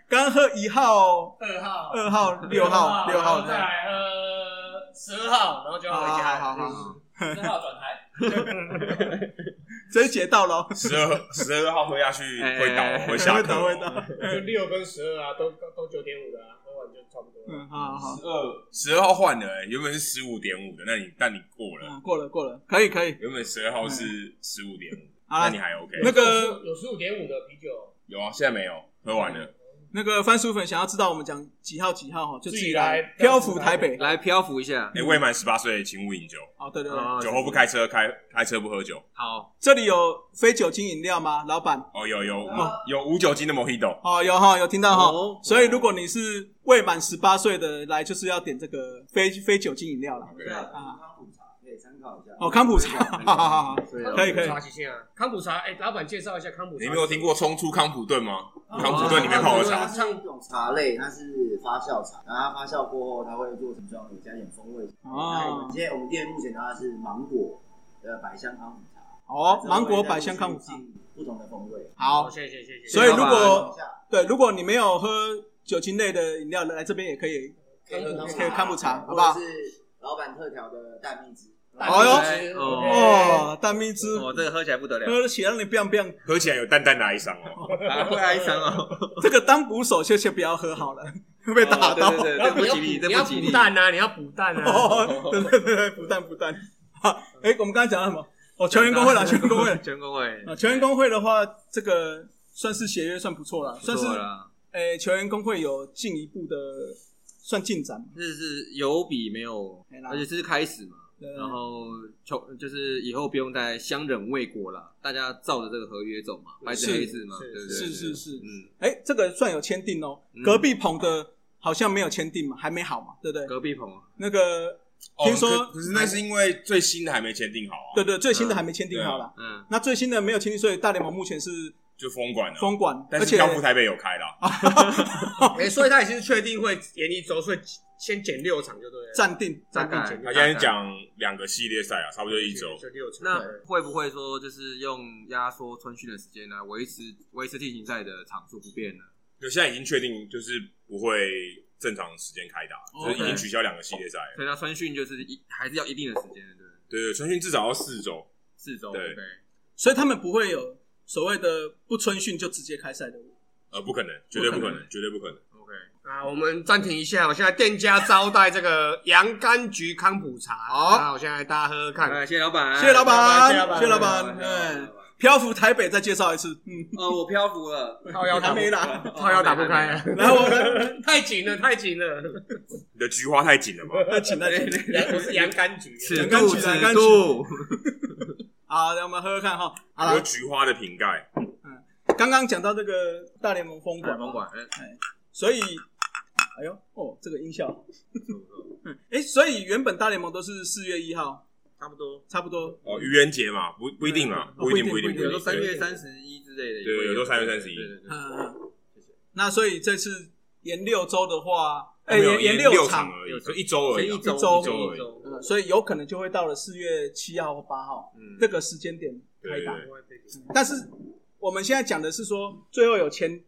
Speaker 1: 刚刚喝一号、
Speaker 2: 二号、
Speaker 1: 二号、六号、六号
Speaker 2: 然后，再来喝十二号，然后就要回家。
Speaker 1: 好好好
Speaker 3: 好
Speaker 2: 十二号转台，
Speaker 1: 这一节到了哦，
Speaker 4: 十二十二号喝下去
Speaker 3: 哎
Speaker 4: 会倒，会下
Speaker 1: 会
Speaker 4: 课
Speaker 1: 倒会
Speaker 4: 哦。
Speaker 1: 倒，
Speaker 2: 就六跟十二啊，都都九点五的啊，喝完就差不多了。
Speaker 1: 嗯，好好好，
Speaker 4: 二十二号换了、欸，原本是十五点五的，那你但你过了，
Speaker 1: 嗯，过了过了，可以可以，
Speaker 4: 原本十二号是十五点五，
Speaker 1: 好
Speaker 4: 那
Speaker 1: 啦
Speaker 4: 你还 OK？
Speaker 1: 那个
Speaker 2: 有十五点五的啤酒，
Speaker 4: 有啊，现在没有，喝完
Speaker 1: 嗯
Speaker 4: 了。
Speaker 1: 那个番薯粉想要知道我们讲几号几号哈，就
Speaker 2: 自
Speaker 1: 自
Speaker 2: 己
Speaker 1: 己
Speaker 2: 来
Speaker 1: 来漂浮台北。
Speaker 3: 来漂浮一下，
Speaker 4: 哎、未满十八岁请勿饮酒，
Speaker 1: 哦，对对对，
Speaker 3: 啊
Speaker 4: 酒后不开车，开开车不喝酒。
Speaker 3: 好，
Speaker 1: 这里有非酒精饮料吗，老板？
Speaker 4: 哦，有
Speaker 1: 嗯
Speaker 4: 有有无酒精的 Mojito，
Speaker 1: 哦，有哈，有听到哈。
Speaker 3: 哦
Speaker 1: 所以如果你是未满十八岁的，来就是要点这个非非酒精饮料啦。
Speaker 5: 对啊，
Speaker 1: 啊
Speaker 5: 康普茶可以参考一下。
Speaker 1: 哦，康普茶，哈哈哈哈。
Speaker 3: 对
Speaker 1: 可以可以
Speaker 2: 康普茶旗下啊，康普茶，哎，老板介绍一下康普茶。
Speaker 4: 你没有听过冲出康普顿吗？
Speaker 1: 嗯
Speaker 5: 哦
Speaker 4: 康普顿里面泡的
Speaker 2: 对啊
Speaker 4: 茶，
Speaker 5: 它是一种茶类，它是发酵茶，然后它发酵过后，它会做成装有加点风味。那我
Speaker 1: 哦
Speaker 5: 们现在我们店目前它是芒果的百香康普茶，
Speaker 1: 哦，芒果百香康普茶。，
Speaker 5: 不同的风味。
Speaker 1: 好，
Speaker 2: 谢谢谢谢。
Speaker 1: 所以如果
Speaker 5: 一下
Speaker 1: 对，如果你没有喝酒精类的饮料，来这边也可以。可以康普茶好不好
Speaker 5: 或者是老板特调的蛋蜜汁。
Speaker 1: 哎
Speaker 3: 呦
Speaker 1: 哦，蛋蜜汁
Speaker 3: 哦，这个喝起来不 得了，
Speaker 1: 喝起来让你 biang biang，
Speaker 4: 喝起来有淡淡的哀伤哦。
Speaker 3: 啊，会哀伤哦，
Speaker 1: 这个当捕手就先不要喝好了， 会被打到。
Speaker 3: 对对对，
Speaker 2: 然
Speaker 3: 这
Speaker 2: 后
Speaker 3: 不
Speaker 2: 你要补
Speaker 3: 吉利，
Speaker 2: 哎你
Speaker 3: 这
Speaker 2: 要
Speaker 3: 不吉利
Speaker 2: 补，蛋啊，你要补蛋啊。
Speaker 1: 哦，对对对对，不但不但。好，哎，我们刚才讲到什么？哦，球员工会 啦，球员工会啦。
Speaker 3: 全工会，
Speaker 1: 啊，球员工会的话，这个算是协约，算不错了，
Speaker 3: 不
Speaker 1: 算是
Speaker 3: 错啦，
Speaker 1: 诶、球员工会有进一步的算进展嘛。
Speaker 3: 这是有比没有
Speaker 1: 哎，啦
Speaker 3: 而且这是开始嘛。
Speaker 1: 对
Speaker 3: 然后求就是以后不用再相忍未果了，大家照着这个合约走嘛，白纸黑字嘛，
Speaker 2: 是
Speaker 3: 对不对？
Speaker 1: 是是是，
Speaker 3: 嗯，
Speaker 1: 哎、这个算有签订哦。
Speaker 3: 嗯
Speaker 1: 隔壁棚的好像没有签订嘛，还没好嘛，对不对？
Speaker 3: 隔壁棚
Speaker 1: 那个听说
Speaker 4: 哦可可是那是因为最新的还没签订好啊，
Speaker 1: 对对，最新的还没签订好啦。
Speaker 3: 嗯，
Speaker 1: 那最新的没有签订，所以大联盟目前是
Speaker 4: 就封馆了。
Speaker 1: 封管，
Speaker 4: 但
Speaker 1: 而
Speaker 4: 是
Speaker 1: 且
Speaker 4: 漂浮台北有开啦，
Speaker 2: 哎，所以他已经是确定会延一周，所以先减六场就对了。
Speaker 1: 暂定
Speaker 3: 大
Speaker 2: 暂定
Speaker 3: 概
Speaker 2: 前
Speaker 4: 他现在讲两个系列赛啊，差不多一周。
Speaker 2: 就六场。
Speaker 3: 那会不会说就是用压缩春训的时间来维持维持地形赛的场数不变呢？
Speaker 4: 就现在已经确定，就是不会正常时间开打，
Speaker 1: OK
Speaker 4: 就是已经取消两个系列赛了。
Speaker 3: 所以它春训就是一还是要一定的时间的，对不对？
Speaker 4: 对对，春训至少要四周。
Speaker 3: 四周
Speaker 4: 对
Speaker 1: 所以他们不会有所谓的不春训就直接开赛的。
Speaker 4: 呃，不可能，绝对不可
Speaker 3: 不可
Speaker 4: 能，绝对不可能。
Speaker 3: ，OK，
Speaker 2: 啊，我们暂停一下，我现在店家招待这个洋甘菊康普茶，
Speaker 1: 好
Speaker 2: 那我现在大家喝喝看。
Speaker 3: 哎，谢谢老板，
Speaker 1: 谢谢老板，谢谢老
Speaker 3: 谢
Speaker 1: 板，
Speaker 3: 谢老
Speaker 1: 嗯
Speaker 3: 板，
Speaker 1: 漂浮台北再介绍一次，嗯，
Speaker 3: 呃，我漂浮了，
Speaker 2: 套
Speaker 1: 还
Speaker 2: 腰打不
Speaker 1: 没啦，
Speaker 2: 套腰打不
Speaker 3: 哦
Speaker 2: 开，
Speaker 1: 然后我
Speaker 2: 太紧了，太紧了，
Speaker 4: 你的菊花太紧了吧？
Speaker 1: 们请 大家
Speaker 2: 我是洋甘菊。
Speaker 3: 尺
Speaker 1: 刚
Speaker 3: 度
Speaker 1: 取的
Speaker 3: 尺
Speaker 1: 刚
Speaker 3: 度，
Speaker 1: 好，让我们喝喝看哈。好
Speaker 4: 有
Speaker 1: 了，
Speaker 4: 菊花的瓶盖，
Speaker 1: 刚刚讲到这个大联盟风
Speaker 3: 哎
Speaker 1: 管，
Speaker 3: 甭管，哎
Speaker 1: 所以，哎呦，哦，这个音效， 哎，所以原本大联盟都是四月一号，
Speaker 3: 差不多，
Speaker 1: 差不多，
Speaker 4: 哦，愚人节嘛，不不一定嘛，
Speaker 1: 嗯
Speaker 4: 不一定，
Speaker 1: 不
Speaker 4: 不
Speaker 1: 一
Speaker 4: 一
Speaker 1: 定不
Speaker 4: 定，
Speaker 1: 一定
Speaker 3: 有时候
Speaker 4: 不
Speaker 3: 三
Speaker 4: 一定
Speaker 3: 月三十一之类的也会，
Speaker 4: 对有时候3月31
Speaker 3: 对对对对
Speaker 1: 嗯嗯。那所以这次延六周的话，哎，
Speaker 4: 没有
Speaker 1: 延延
Speaker 4: 延
Speaker 1: 六
Speaker 4: 场
Speaker 1: 场，
Speaker 4: 而已，就一周而已
Speaker 3: 前
Speaker 4: 啊，
Speaker 3: 一周，
Speaker 1: 周
Speaker 3: 一周而已，
Speaker 1: 嗯所以有可能就会到了四月七号或八号
Speaker 3: 嗯
Speaker 1: 这个时间点开
Speaker 4: 对对
Speaker 1: 打。
Speaker 4: 对，
Speaker 1: 但是我们现在讲的是说，最后有签，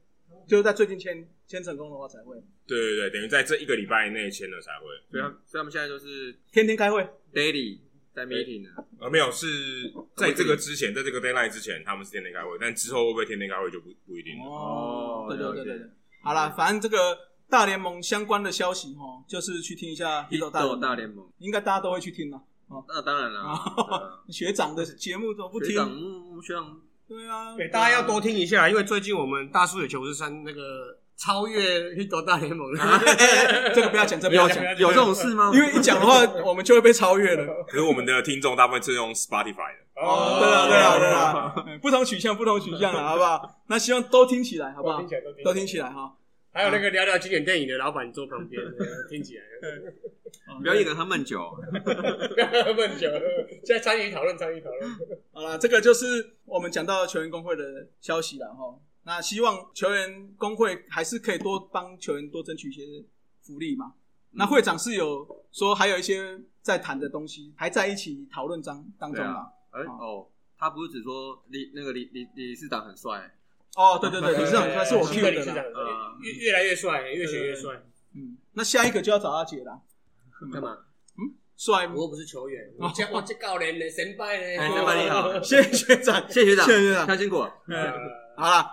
Speaker 1: 就是在最近签签成功的话才会
Speaker 4: 对对对，等于在这一个礼拜内签了才会。
Speaker 3: 所以他们所以他们现在就是
Speaker 1: 天天开会。
Speaker 3: daily 在 meeting 的，
Speaker 4: 呃，没有，是在这个之前，在这个 deadline 之前，他们是天天开会，但之后会不会天天开会就不不一定了。
Speaker 1: 哦
Speaker 3: 哦
Speaker 1: 对对对
Speaker 3: 了解嗯
Speaker 1: 对对。好啦，反正这个大联盟相关的消息哈，就是去听一下《h
Speaker 3: 一周
Speaker 1: 大联盟
Speaker 3: 大联盟，
Speaker 1: 应该大家都会去听啦。
Speaker 3: 那当然了，对啊
Speaker 1: 学长的节目怎么不
Speaker 3: 学长，
Speaker 1: 听？
Speaker 3: 嗯嗯学长，
Speaker 1: 对啊，
Speaker 2: 对，大家要多听一下，因为最近我们大叔野球是三那个超越黑斗大联盟的，
Speaker 1: 这个不要讲，这个不要讲，
Speaker 3: 有这种事吗？
Speaker 1: 因为一讲的话， 我们就会被超越了。
Speaker 4: 可是我们的听众大部分是用 Spotify 的，
Speaker 1: 哦，对了对了对 了，嗯不同取向不同取向了，啊好不好？那希望都听起来，好不好？
Speaker 2: 来都听
Speaker 1: 都听起来哈。
Speaker 2: 还有那个聊聊经典电影的老板坐旁边，听起来
Speaker 3: 不要一个人喝闷酒，
Speaker 2: 问久了，现在参与讨论，参与讨论。
Speaker 1: 好啦，这个就是我们讲到球员工会的消息了哈。那希望球员工会还是可以多帮球员多争取一些福利嘛。那会长是有说还有一些在谈的东西，还在一起讨论当当中啦。
Speaker 3: 哎哦，他不是只说李那个李李理事长很帅，啊
Speaker 1: 哦，对 对对，理事长说是我
Speaker 2: 新
Speaker 1: Q
Speaker 2: 的理
Speaker 1: 的
Speaker 2: 事
Speaker 1: 啦。
Speaker 2: 长越越来越帅，越学越帅。
Speaker 1: 嗯，那下一个就要找阿杰啦，嗯
Speaker 2: 干嘛？
Speaker 1: 帅吗
Speaker 2: 我又不是球员，我这我这教练呢，神拜呢，
Speaker 3: 哎神拜你好
Speaker 1: 谢谢学长，
Speaker 3: 谢谢学长，
Speaker 1: 谢谢学长
Speaker 3: 他辛苦了，
Speaker 1: 好啦，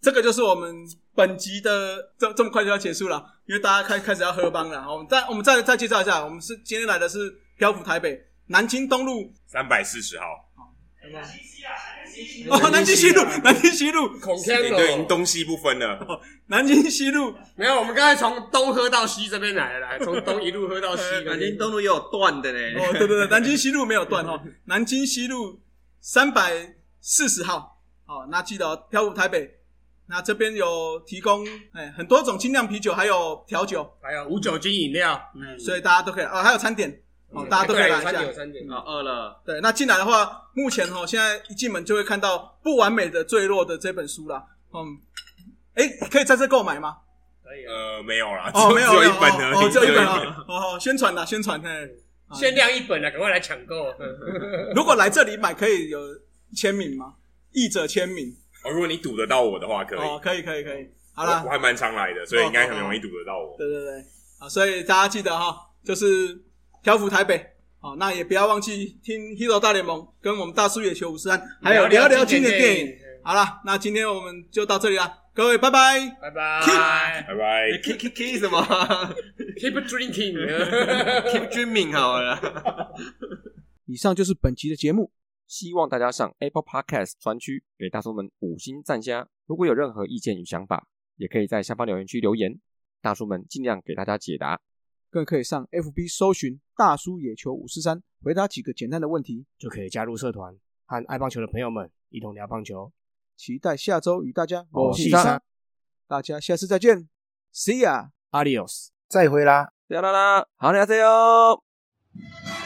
Speaker 1: 这个就是我们本集的这这么快就要结束了，因为大家开开始要喝帮了。好，我们再我们再再介绍一下，我们是今天来的是漂浮台北南京东路
Speaker 4: 三百四十号，
Speaker 1: 哦，南京西路，南京西路，
Speaker 2: 孔
Speaker 4: 你
Speaker 2: 天
Speaker 4: 对，已经
Speaker 2: 龙。
Speaker 4: 东西不分了。
Speaker 1: 南京西路，
Speaker 2: 没有，我们刚才从东喝到西这边来了，从东一路喝到西。
Speaker 3: 南京东路也有断的
Speaker 1: 哦，
Speaker 3: 呢，
Speaker 1: 对对对，南京西路没有断哦，南京西路三百四十号，哦，那记得哦漂浮台北。那这边有提供哎很多种精酿啤酒，还有调酒，
Speaker 2: 还有无酒精饮料，嗯，
Speaker 1: 所以大家都可以哦，还有餐点哦，大家都可以来一
Speaker 2: 三
Speaker 1: 下嗯
Speaker 2: 点。有三点。
Speaker 3: 啊饿了，
Speaker 1: 对，那进来的话，目前哦，现在一进门就会看到《不完美的坠落》的这本书啦。嗯，哎，可以在这购买吗？
Speaker 2: 可以啊
Speaker 4: 呃，没有啦，
Speaker 1: 哦，
Speaker 4: 只
Speaker 1: 没有，
Speaker 4: 只有
Speaker 1: 没
Speaker 4: 一本而
Speaker 1: 哦，
Speaker 4: 已，
Speaker 1: 哦只有一本
Speaker 4: 只有一
Speaker 1: 啊。哦，哦宣传啦，宣传。嘿，
Speaker 2: 限量一本啊，赶快来抢购。
Speaker 1: 嗯如果来这里买，可以有签名吗？译者签名。
Speaker 4: 哦，如果你堵得到我的话，可以。
Speaker 1: 哦，可以，可以，可以。好
Speaker 4: 我
Speaker 1: 啦
Speaker 4: 我，还蛮常来的，所以应该很容易堵得到我。
Speaker 1: 对对对，啊，所以大家记得哈、就是漂浮台北。哦，那也不要忘记听《Hero 大联盟》跟我们大叔野球五十三，还有聊聊经典电影。，好啦，那今天我们就到这里啦，各位拜拜。
Speaker 2: 嗯拜拜
Speaker 4: 拜拜。
Speaker 3: k k k 什么
Speaker 2: ，Keep drinking。
Speaker 3: keep dreaming 好了。
Speaker 1: 以上就是本集的节目。
Speaker 6: 希望大家上 Apple Podcast 专区给大叔们五星赞加。如果有任何意见与想法，也可以在下方留言区留言，大叔们尽量给大家解答。
Speaker 1: 更可以上 FB 搜寻“大叔野球五四三”，回答几个简单的问题。
Speaker 2: 就可以加入社团，和爱棒球的朋友们一同聊棒球。
Speaker 1: 期待下周与大家
Speaker 6: 我是三，
Speaker 1: 大家下次再见，See ya。
Speaker 2: Adios。
Speaker 6: E 啦啦啦，好，你好，加油！
Speaker 7: 「